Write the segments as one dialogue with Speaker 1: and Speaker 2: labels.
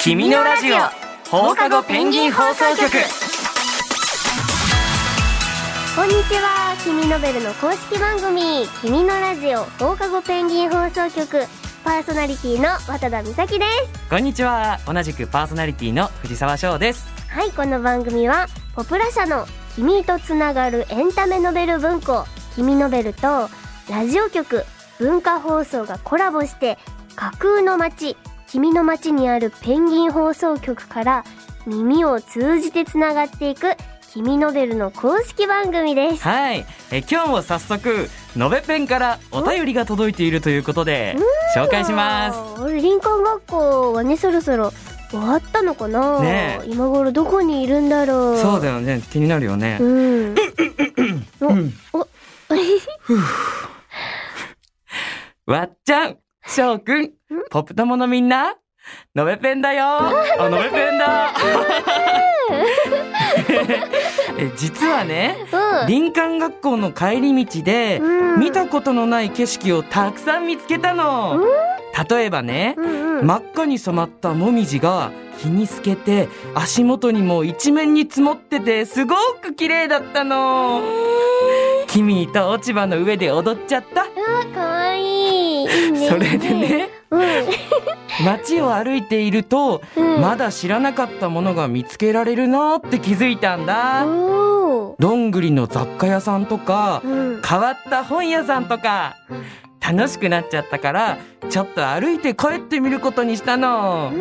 Speaker 1: 君のラジオ放課後ペンギン放送局
Speaker 2: こんにちは君ノベルの公式番組「君のラジオ放課後ペンギン放送局」パーソナリティの渡田美咲で
Speaker 1: こんにちは同じくパーソナリティの藤沢翔です
Speaker 2: すはいこの番組はポプラ社の「君とつながるエンタメノベル文庫君ノベル」とラジオ局文化放送がコラボして架空の街君の街にあるペンギン放送局から耳を通じてつながっていく君ノベルの公式番組です
Speaker 1: はいえ今日も早速のべペンからお便りが届いているということで紹介します
Speaker 2: あー林間学校はねそろそろ終わったのかな、
Speaker 1: ねえ
Speaker 2: 今頃どこにいるんだろう
Speaker 1: そうだよね気になるよね
Speaker 2: うんおお
Speaker 1: わっちゃん翔くんポップ友のみんなのべペンだよあのべペンだ え実はね
Speaker 2: うん
Speaker 1: 林間学校の帰り道で、
Speaker 2: うん
Speaker 1: 見たことのない景色をたくさん見つけたの、例えばね、
Speaker 2: うんうん
Speaker 1: 真っ赤に染まったもみじが日に透けて足元にも一面に積もっててすごく綺麗だったの、君と落ち葉の上で踊っちゃった、
Speaker 2: あかわいいいいね
Speaker 1: それでね
Speaker 2: うん
Speaker 1: 街を歩いていると、
Speaker 2: うん
Speaker 1: まだ知らなかったものが見つけられるなって気づいたんだ、
Speaker 2: おー
Speaker 1: どんぐりの雑貨屋さんとか、
Speaker 2: うん
Speaker 1: 変わった本屋さんとか楽しくなっちゃったからちょっと歩いて帰ってみることにしたの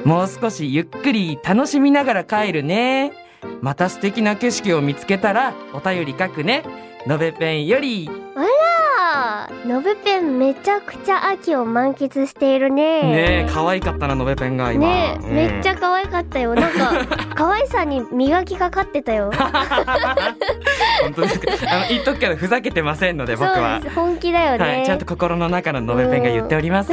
Speaker 2: うん
Speaker 1: もう少しゆっくり楽しみながら帰るねまた素敵な景色を見つけたらお便り書くねのべペンより
Speaker 2: あーのぶペンめちゃくちゃ秋を満喫している
Speaker 1: ねえ可愛かったなのべペンが今
Speaker 2: ねえ、
Speaker 1: うん
Speaker 2: めっちゃ可愛かったよなん か可愛さに磨きかかってたよ
Speaker 1: 本当ですかあの言っとくけどふざけてませんので
Speaker 2: そ
Speaker 1: 僕
Speaker 2: う
Speaker 1: は
Speaker 2: です本気だよね、
Speaker 1: はい、ちゃんと心の中ののべペンが言っております。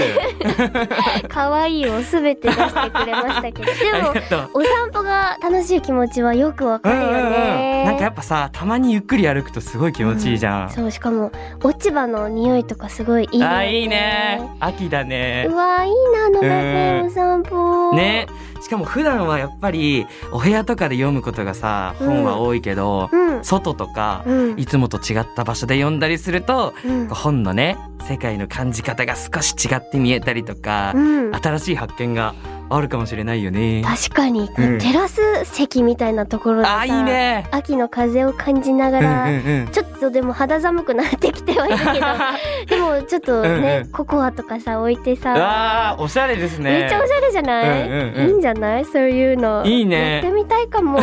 Speaker 2: 可愛いをすべて出してくれましたけどで
Speaker 1: あ
Speaker 2: も
Speaker 1: りがとう。
Speaker 2: お散歩が楽しい気持ちはよくわかるよね、
Speaker 1: なんかやっぱさたまにゆっくり歩くとすごい気持ちいいじゃん、
Speaker 2: そうしかも落ち葉の匂いとかすごいいいよね
Speaker 1: あーいいね秋だね
Speaker 2: うわーいいなのべべ
Speaker 1: うん
Speaker 2: お散歩
Speaker 1: ねしかも普段はやっぱりお部屋とかで読むことがさ
Speaker 2: うん
Speaker 1: 本は多いけど、
Speaker 2: うん
Speaker 1: 外とか
Speaker 2: うん
Speaker 1: いつもと違った場所で読んだりすると
Speaker 2: うん
Speaker 1: 本のね世界の感じ方が少し違って見えたりとか、
Speaker 2: うん
Speaker 1: 新しい発見があるかもしれないよね。
Speaker 2: 確かに、こう
Speaker 1: うん
Speaker 2: テラス席みたいなところでさ
Speaker 1: あーいいね
Speaker 2: 秋の風を感じなが
Speaker 1: うんうん
Speaker 2: ら、
Speaker 1: う ん
Speaker 2: ちょっとでも肌寒くなってきてはいるけ どでもちょっとね
Speaker 1: うんうん
Speaker 2: ココアとかさ置いてさ
Speaker 1: あーおしゃれですね
Speaker 2: めっちゃおしゃれじゃない、
Speaker 1: うんうんうん
Speaker 2: いいんじゃないそういうの
Speaker 1: いいね
Speaker 2: やってみたい かも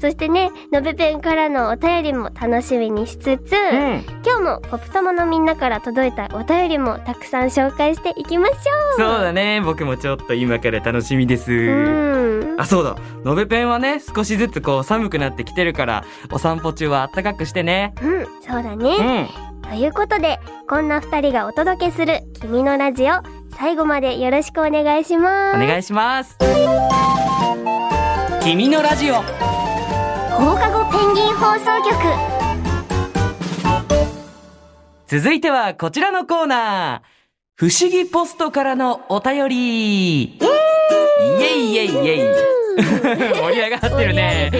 Speaker 2: そしてねのべペンからのお便りも楽しみにしつつ、
Speaker 1: うん
Speaker 2: 今日もポップ友のみんなから届いたお便りもたくさん紹介していきまし
Speaker 1: そうだね僕もちょっと今から楽しみです、
Speaker 2: ょううん
Speaker 1: あそうだのべペンはね少しずつこう寒くなってきてるからお散歩中はあったかくしてね
Speaker 2: うん、そうだ
Speaker 1: う
Speaker 2: ね、
Speaker 1: ん
Speaker 2: ということでこんな二人がお届けする「君のラジオ」最後までよろしくお願いし
Speaker 1: お
Speaker 2: ます
Speaker 1: 願いします君のラジオ
Speaker 2: 放課後ペンギン放送局
Speaker 1: 続いてはこちらのコーナー不思議ポストからのお便りイエイイエイイエイ 盛り上がってるね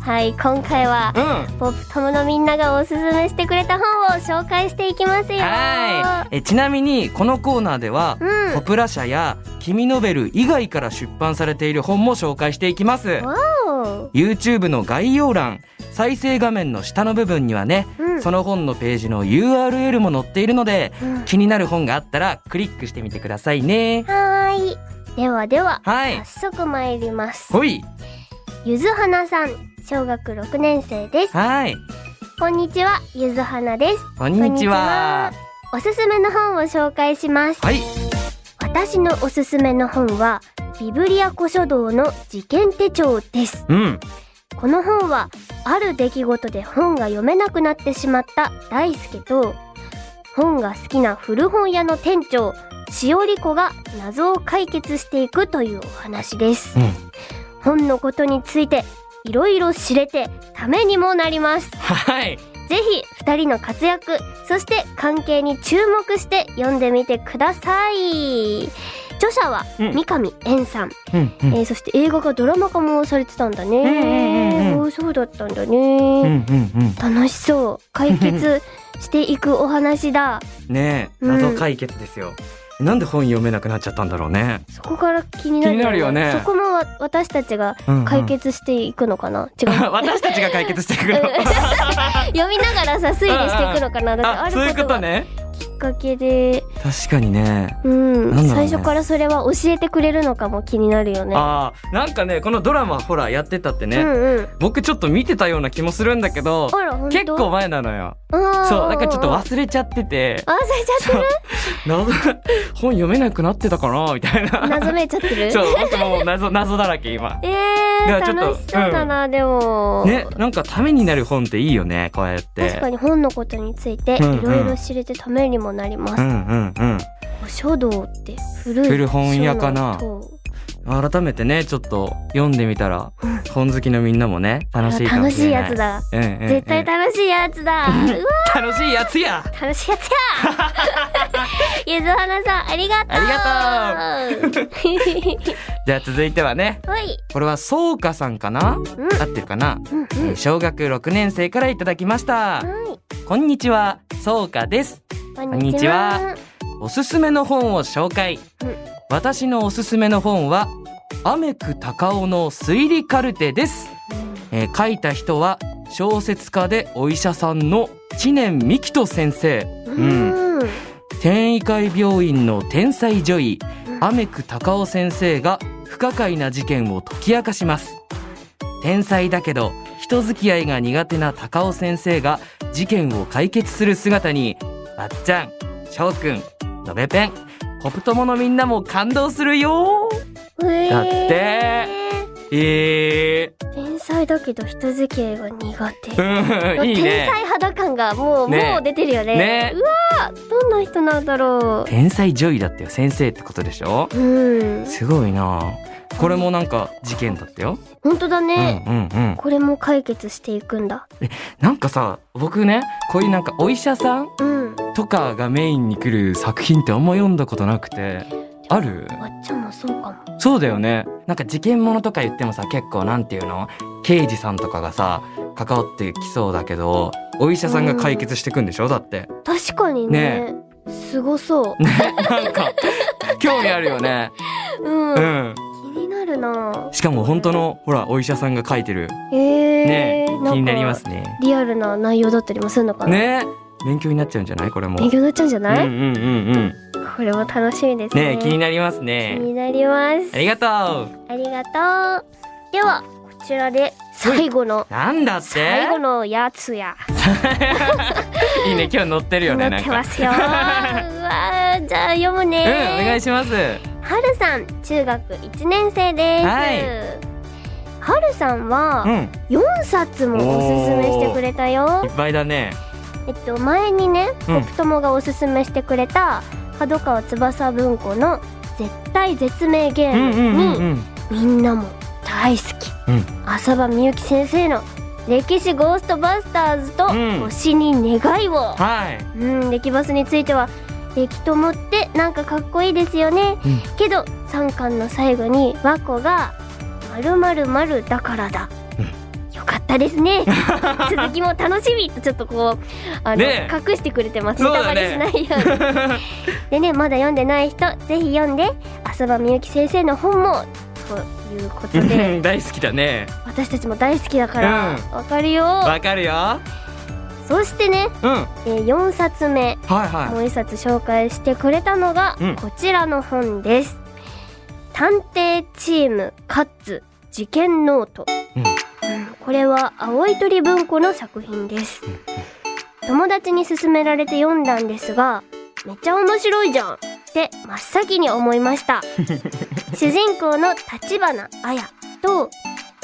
Speaker 2: はい今回は
Speaker 1: うん
Speaker 2: ポップ友のみんながおすすめしてくれた本を紹介していきますよ
Speaker 1: はいえちなみにこのコーナーでは、
Speaker 2: うん
Speaker 1: ポプラ社や君ノベル以外から出版されている本も紹介していきます
Speaker 2: わお
Speaker 1: YouTube の概要欄再生画面の下の部分にはね、
Speaker 2: うん
Speaker 1: その本のページの URL も載っているので、
Speaker 2: うん
Speaker 1: 気になる本があったらクリックしてみてくださいね
Speaker 2: はーいではでは、
Speaker 1: はい
Speaker 2: 早速参ります
Speaker 1: ほい
Speaker 2: ゆずはなさん小学6年生です
Speaker 1: はい
Speaker 2: こんにちはゆずはなです
Speaker 1: こんにちは
Speaker 2: おすすめの本を紹介します
Speaker 1: はい
Speaker 2: 私のおすすめの本はビブリア古書道の事件手帳です
Speaker 1: うん
Speaker 2: この本はある出来事で本が読めなくなってしまった大輔と本が好きな古本屋の店長しおり子が謎を解決していくというお話です、
Speaker 1: うん
Speaker 2: 本のことについていろいろ知れてためにもなります
Speaker 1: はい
Speaker 2: ぜひ二人の活躍そして関係に注目して読んでみてください著者は
Speaker 1: うん
Speaker 2: 三上円さん、
Speaker 1: うんうん
Speaker 2: えーそして映画化ドラマ化もされてたんだね、
Speaker 1: うんうんうんうん
Speaker 2: おーそうだったんだ
Speaker 1: うんう
Speaker 2: ね、
Speaker 1: ん
Speaker 2: 楽しそう解決していくお話だ
Speaker 1: うんねえ
Speaker 2: うん
Speaker 1: 謎解決ですよ、なんで本読めなくなっちゃったんだろうね、
Speaker 2: そこから気になる
Speaker 1: 気になるよね
Speaker 2: そこもわ私たちが
Speaker 1: うんうん
Speaker 2: 解決していくのかな、違う
Speaker 1: 私たちが解決していくの
Speaker 2: うん 読みながらさ推理していくのかな だ
Speaker 1: あ
Speaker 2: って
Speaker 1: そう
Speaker 2: あ
Speaker 1: い
Speaker 2: る
Speaker 1: うこ
Speaker 2: こと
Speaker 1: と
Speaker 2: が
Speaker 1: ね
Speaker 2: きっかけで
Speaker 1: 確かにね
Speaker 2: うん
Speaker 1: なんだろうね
Speaker 2: 最初からそれは教えてくれるのかも気になるよね。
Speaker 1: あーなんかねこのドラマほらやってたってね、
Speaker 2: うんうん。
Speaker 1: 僕ちょっと見てたような気もするんだけど
Speaker 2: あら本当。
Speaker 1: 結構前なのよ
Speaker 2: うん。
Speaker 1: そうなんかちょっと
Speaker 2: 忘れ
Speaker 1: 忘れちゃってて
Speaker 2: ちゃって
Speaker 1: 謎本読めなくなってたかなみたい
Speaker 2: る。
Speaker 1: な
Speaker 2: 謎めいちゃってる。
Speaker 1: そう僕もう謎謎だらけ今
Speaker 2: え
Speaker 1: い
Speaker 2: ー、
Speaker 1: やちょっと
Speaker 2: 楽しそうだな、でも。
Speaker 1: ねなんかためになる本っていいよねこうやって
Speaker 2: 確かに本のことについてい
Speaker 1: うんうん
Speaker 2: ろいろ知れてためにもなります。
Speaker 1: うんうんうん
Speaker 2: 書道って古い
Speaker 1: 古本屋かな
Speaker 2: 書の塔
Speaker 1: 改めてねちょっと読んでみたら
Speaker 2: うん
Speaker 1: 本好きのみんなもね楽しいかも
Speaker 2: 楽
Speaker 1: し
Speaker 2: しい
Speaker 1: れない
Speaker 2: やつだ。
Speaker 1: うんうんうん
Speaker 2: 絶対楽しいやつだ。うわ
Speaker 1: 楽しいやつや
Speaker 2: 楽し いやつや。ゆずはなさんありがとう。
Speaker 1: あ
Speaker 2: りがとう。
Speaker 1: じゃあ続いてはね
Speaker 2: はい。
Speaker 1: これはそうかさんかな
Speaker 2: うん。
Speaker 1: 合ってるかな、
Speaker 2: うん
Speaker 1: えー小学6年生からいただきました
Speaker 2: はい。
Speaker 1: こんにちはそうかです
Speaker 2: こ
Speaker 1: んにちは。おすすめの本を紹介、
Speaker 2: うん
Speaker 1: 私のおすすめの本はアメクタカオの推理カルテです、えー書いた人は小説家でお医者さんの知念幹人先生
Speaker 2: うん。うん
Speaker 1: 天医会病院の天才女医
Speaker 2: うん
Speaker 1: アメクタカオ先生が不可解な事件を解き明かします天才だけど人付き合いが苦手な高尾先生が事件を解決する姿にばっちゃん翔くんのべペンコプトモのみんなも感動するよだってえ
Speaker 2: 天才だけど人付き合いが苦手。
Speaker 1: ー、うんいい
Speaker 2: 天
Speaker 1: ね
Speaker 2: 才肌感がもう、
Speaker 1: ね
Speaker 2: もう出てるよね。
Speaker 1: ね
Speaker 2: うわどんな人なんだろ
Speaker 1: 天才女医だってよ先生ってことでしょ
Speaker 2: う。うん。
Speaker 1: すごいなこれもなんか事件だったよ、
Speaker 2: 本当だ
Speaker 1: うん
Speaker 2: ね。
Speaker 1: うんうん
Speaker 2: これも解決していくんだ。
Speaker 1: なんかさ僕ねこういうなんかお医者さん
Speaker 2: うん。
Speaker 1: とかがメインに来る作品ってあんま読んだことなくてある
Speaker 2: あっちゃんもそうかも。
Speaker 1: そうだよねなんか事件ものとか言ってもさ結構なんていうの刑事さんとかがさ関わってきそうだけどお医者さんが解決してくんでしょだって
Speaker 2: 確かにね。すごそ
Speaker 1: ねなんか興味あるよね
Speaker 2: う。うん
Speaker 1: う。ん
Speaker 2: 気になるな。
Speaker 1: しかも本当のほらお医者さんが書いてる
Speaker 2: え
Speaker 1: ね
Speaker 2: え。
Speaker 1: 気になりますね
Speaker 2: リアルな内容だったりもするのかな。
Speaker 1: ね勉強になっちゃうんじゃないこれも
Speaker 2: 勉強になっちゃうんじゃ
Speaker 1: うんう
Speaker 2: ない、
Speaker 1: んうんうん
Speaker 2: これも楽しみですね
Speaker 1: ね気になります
Speaker 2: 気
Speaker 1: ね
Speaker 2: になります
Speaker 1: ありがとう
Speaker 2: ありがとうではこちらで最後の
Speaker 1: なんだって
Speaker 2: 最後のやつや
Speaker 1: いいね今日乗ってるよね
Speaker 2: な
Speaker 1: な
Speaker 2: っ
Speaker 1: ん
Speaker 2: て
Speaker 1: か
Speaker 2: ま すようわーじゃあ読むね
Speaker 1: うんお願いします
Speaker 2: はるさん中学1年生です
Speaker 1: はい
Speaker 2: はるさん
Speaker 1: う
Speaker 2: は
Speaker 1: ん
Speaker 2: 4冊もおすすめしてくれた
Speaker 1: い
Speaker 2: よ
Speaker 1: っぱいだね
Speaker 2: えっと前にね
Speaker 1: うん
Speaker 2: 僕友がおすすめしてくれた角川翼文庫の絶対絶命ゲ
Speaker 1: うんう
Speaker 2: ー
Speaker 1: ん
Speaker 2: ム
Speaker 1: う
Speaker 2: に
Speaker 1: んうん
Speaker 2: みんなも大好き、
Speaker 1: うん
Speaker 2: 浅場みゆき先生の「歴史ゴーストバスターズ」と
Speaker 1: うん
Speaker 2: 「星に願いを
Speaker 1: はい」
Speaker 2: うん、歴バスについては歴ともってなんかかっこいいですよね、
Speaker 1: うん
Speaker 2: けど3巻の最後に和子が「まるまるまるだからだ」よかったですね 続きも楽しみとちょっとこうあの、
Speaker 1: ねえ
Speaker 2: 隠してくれてます
Speaker 1: そう
Speaker 2: ネタ
Speaker 1: だ
Speaker 2: バレ
Speaker 1: ね
Speaker 2: しないように でねまだ読んでない人ぜひ読んで浅場みゆき先生の本もということで
Speaker 1: うん 大好きだね
Speaker 2: 私たちも大好きだからわ、
Speaker 1: う
Speaker 2: かるよ
Speaker 1: わかるよ
Speaker 2: そしてね、
Speaker 1: うんはい
Speaker 2: えー、4冊目も
Speaker 1: は
Speaker 2: う一冊紹介してくれたのが
Speaker 1: うん
Speaker 2: こちらの本です、探偵チームかつ事件ノート、
Speaker 1: うん
Speaker 2: うんこれは青い鳥文庫の作品です友達に勧められて読んだんですがめっちゃ面白いじゃんって真っ先に思い ました主人公の立花彩と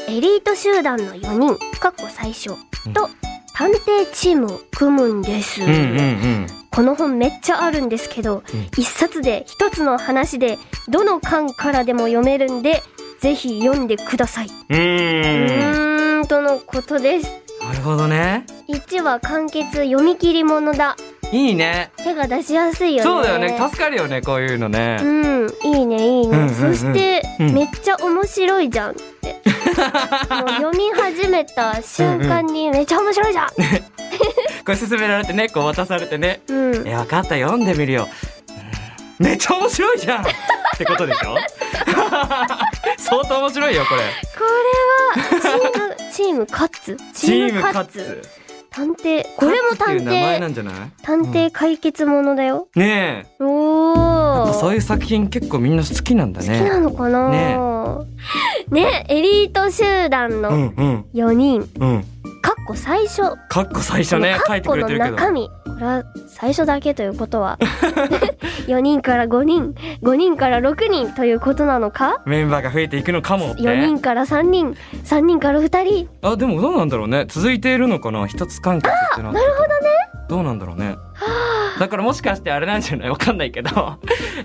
Speaker 2: エリート集団の4人かっこ最初と探偵チームを組むんです、
Speaker 1: いうんうんうん
Speaker 2: この本めっちゃあるんですけど、
Speaker 1: うん
Speaker 2: 一冊で一つの話でどの巻からでも読めるんでぜひ読んでください。
Speaker 1: う
Speaker 2: う
Speaker 1: ーん
Speaker 2: ーんとのことです。
Speaker 1: なるほどね
Speaker 2: 1話完結読み切りものだ
Speaker 1: いいね
Speaker 2: 手が出しやすいよね
Speaker 1: そうだよね助かるよねこういうのね、
Speaker 2: うんいいねいい
Speaker 1: うんうんう
Speaker 2: ね
Speaker 1: ん
Speaker 2: そして
Speaker 1: うん
Speaker 2: めっちゃ面白いじゃんって もう読み始めた瞬間にめっちゃ面白いじゃん
Speaker 1: これ勧められてねこう渡されてね
Speaker 2: うん
Speaker 1: え分かった読んでみるよ、うんめっちゃ面白いじゃんってことでしょ 相当面白いよこれ
Speaker 2: これはチームチームカッツチームカッツ探偵これも
Speaker 1: カッツ
Speaker 2: 探
Speaker 1: っていう名前な
Speaker 2: 偵
Speaker 1: んじゃない
Speaker 2: 探偵解決ものだよ、
Speaker 1: ねえ
Speaker 2: おお
Speaker 1: そういう作品結構みんな好きなんだ
Speaker 2: 好きな
Speaker 1: ね
Speaker 2: のかなねエリート集団
Speaker 1: う
Speaker 2: の
Speaker 1: んうん
Speaker 2: 4人、
Speaker 1: うん
Speaker 2: かっこ最初
Speaker 1: かっこ最初ね書
Speaker 2: か
Speaker 1: い
Speaker 2: って
Speaker 1: く
Speaker 2: こ
Speaker 1: れ
Speaker 2: の
Speaker 1: てるけど
Speaker 2: 中身これは最初だけというこ とは4人から5人5人から6人ということなのか
Speaker 1: メンバーが増えていくのかも
Speaker 2: 4
Speaker 1: ね
Speaker 2: 人から3人3人から2人
Speaker 1: あでもどうなんだろうね続いているのかな一つ完結ってなってるなるほどねどうなんだろうねだからもしかしてあれなんじゃないわかんないけど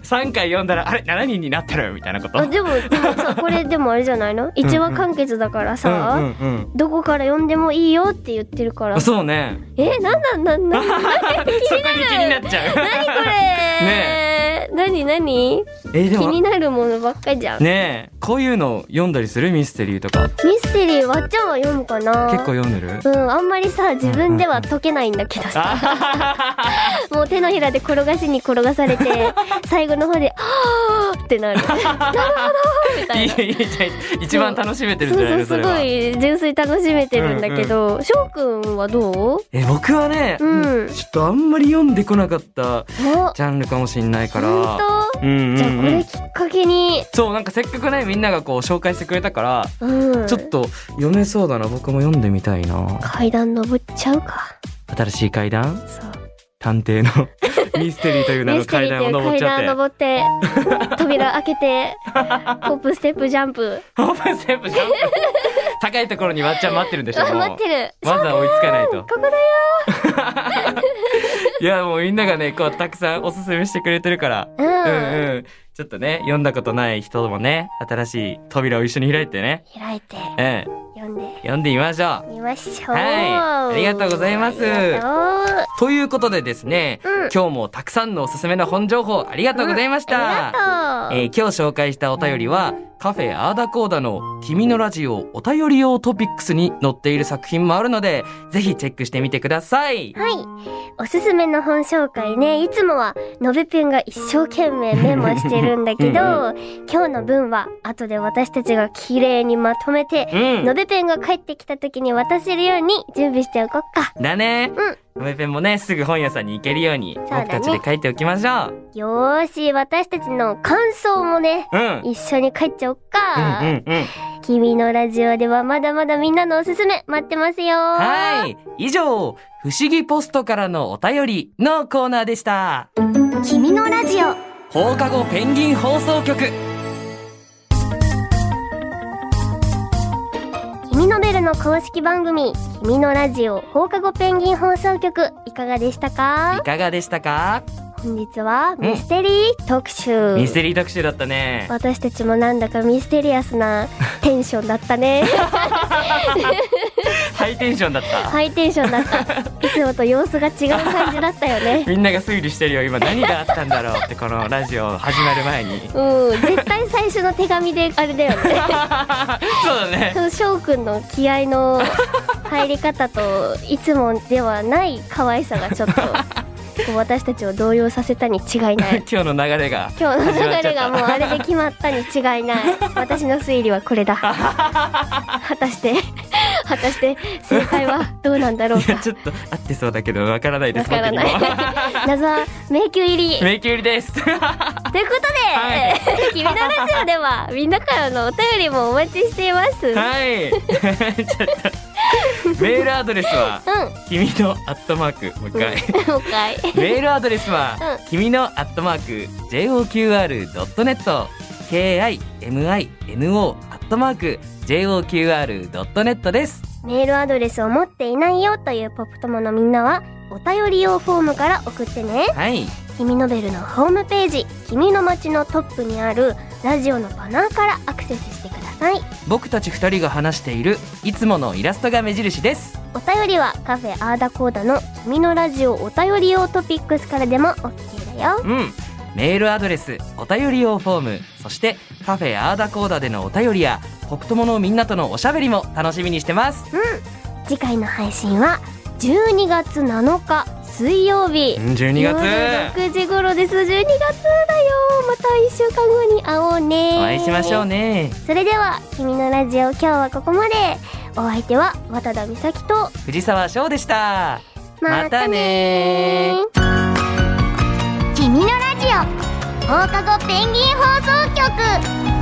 Speaker 1: 3回読んだらあれ7人になってるみたいなこと
Speaker 2: あでもでもさ これでもあれじゃないの1話完結だからさ、
Speaker 1: うんうんうん
Speaker 2: どこから読んでもいいよって言ってるから
Speaker 1: あそうね
Speaker 2: えなんなんなんなん
Speaker 1: そこに気になっちゃう
Speaker 2: 何これ
Speaker 1: ね
Speaker 2: 何何
Speaker 1: えで
Speaker 2: 気
Speaker 1: も
Speaker 2: になるものばっかりじゃん、
Speaker 1: ねえこういうの読んだりするミステリーとか
Speaker 2: ミステリーわっちゃんは読むかな
Speaker 1: 結構読んでる
Speaker 2: うん、あんまりさ自分では解けないんだけどさ、もう手のひらで転がしに転がさ れて最後の方で「はあ」ってなるなるほどみた
Speaker 1: い
Speaker 2: い
Speaker 1: い
Speaker 2: な。
Speaker 1: いいじゃん一番楽しめてるんじゃない
Speaker 2: そう
Speaker 1: の
Speaker 2: そ
Speaker 1: そう
Speaker 2: す
Speaker 1: れ
Speaker 2: ご
Speaker 1: はい
Speaker 2: 純粋に楽しめてるんだけど翔くんはどう
Speaker 1: え僕はね、
Speaker 2: うん
Speaker 1: ちょっとあんまり読んでこなかった
Speaker 2: あ
Speaker 1: ジャンルかもしんないから
Speaker 2: 本
Speaker 1: うんうんうん
Speaker 2: 当じゃあこれきっかけに、
Speaker 1: そうなんかせっかくねみんながこう紹介してくれたから、
Speaker 2: うん、
Speaker 1: ちょっと読めそうだな僕も読んでみたいな
Speaker 2: 階段登っちゃうか
Speaker 1: 新しい階段
Speaker 2: そう
Speaker 1: 探偵 のミステリーという名
Speaker 2: ミ
Speaker 1: の
Speaker 2: ステリ
Speaker 1: 階
Speaker 2: ーと
Speaker 1: 段を登
Speaker 2: いう
Speaker 1: っ
Speaker 2: 階
Speaker 1: ちゃっ
Speaker 2: 段
Speaker 1: て
Speaker 2: 登って扉開 けてホップステップジャンプ
Speaker 1: オープンステップジャンプ高いところにわっちゃん待ってるんでしょ
Speaker 2: あ
Speaker 1: もう
Speaker 2: 待ってる
Speaker 1: わざ追いつかないと
Speaker 2: ここだよ
Speaker 1: いやもうみんながねこうたくさんおすすめしてくれてるから
Speaker 2: うん
Speaker 1: うんうんちょっとね読んだことない人もね新しい扉を一緒に開いてね
Speaker 2: 開いて
Speaker 1: うん
Speaker 2: 読んで
Speaker 1: 読んでみましょう
Speaker 2: みましょう
Speaker 1: はいありがとうございます
Speaker 2: ありが
Speaker 1: ということでですね、
Speaker 2: とううん
Speaker 1: 今日もたくさんのおすすめの本情報ありがとうございました、
Speaker 2: ありがとう
Speaker 1: えー今日紹介したお便りはカフェアーダコーダの君のラジオお便り用トピックスに載っている作品もあるのでぜひチェックしてみてください
Speaker 2: はい。おすすめの本紹介ね、いつもは、のべぴゅんが一生懸命メモしてるんだけど、
Speaker 1: うんう
Speaker 2: 今日の分は、後で私たちが綺麗にまとめて、
Speaker 1: うん
Speaker 2: のべぴゅんが帰ってきた時に渡せるように準備しておこっか。
Speaker 1: だね
Speaker 2: うん
Speaker 1: のべペンもねすぐ本屋さんに行けるように
Speaker 2: だね
Speaker 1: 僕たちで書いておきましょう
Speaker 2: よーし、私たちの感想もね、
Speaker 1: うん
Speaker 2: 一緒に帰っちゃおっか。
Speaker 1: うんうんうん
Speaker 2: 君のラジオではまだまだみんなのおすすめ待ってますよ。
Speaker 1: はい以上不思議ポストからのお便りのコーナーでした
Speaker 2: 君のラジオ。
Speaker 1: 放課後ペンギン放送局
Speaker 2: 君のベルの公式番組、君のラジオ放課後ペンギン放送局、いかがでした
Speaker 1: い
Speaker 2: か
Speaker 1: かがでしたか
Speaker 2: 本日は
Speaker 1: うん
Speaker 2: ミステリー特集。
Speaker 1: ミステリー特集だったね
Speaker 2: 私たちもなんだかミステリアスな テンションだっ たね。
Speaker 1: ハイテンションだった
Speaker 2: ハイテンションだった。いつもと様子が違う感じだったよ ね。
Speaker 1: みんなが推理してるよ今何があったんだろうってこのラジオ始まる前に
Speaker 2: うん、絶対最初の手紙であれだよね。
Speaker 1: そうだね
Speaker 2: その翔くんの気合の入り方といつもではない可愛さがちょっとこう私たちを動揺させたに違いない。
Speaker 1: 今日の流れが
Speaker 2: 今日の流れがもうあれで決まったに違いない私の推理はこれだ果たして果たして正解はどうなんだろう
Speaker 1: いや
Speaker 2: か
Speaker 1: ちょっと合ってそうだけどわからないで
Speaker 2: わ
Speaker 1: す
Speaker 2: からない 謎は迷宮入り
Speaker 1: 僕にも迷宮入りです
Speaker 2: ということで、
Speaker 1: は
Speaker 2: 君のラジオではみんなからのお便りもお待ちしています、
Speaker 1: はい。 ちょっとメールアドレスは
Speaker 2: う
Speaker 1: 君のアットマークもう一回。
Speaker 2: んもう一回
Speaker 1: メールアドレス は、君のアットマーク joqr ドットネット k i m i n o アットマーク joqr ドットネットです。
Speaker 2: メールアドレスを持っていないよというポップ友のみんなはお便り用フォームから送ってね
Speaker 1: はい。
Speaker 2: 君のベルのホームページ「君の街」のトップにあるラジオのバナーからアクセスしてください
Speaker 1: 僕たち二人が話しているいつものイラストが目印です。
Speaker 2: お便りはカフェアーダコーダの君のラジオお便り用トピックスからでも OK だよ
Speaker 1: うんメールアドレスお便り用フォームそしてカフェアーダコーダでのお便りや北友のみんなとのおしゃべりも楽しみにしてます
Speaker 2: 次回の配信は12月7日水曜日
Speaker 1: うん12
Speaker 2: 夜
Speaker 1: 月
Speaker 2: 6時頃です12月だよまた1週間後に会おうね
Speaker 1: お会いしましょうね
Speaker 2: それでは君のラジオ今日はここまでお相手は渡田美咲と
Speaker 1: 藤沢翔でしたまたね
Speaker 2: 君のラジオ放課後ペンギン放送局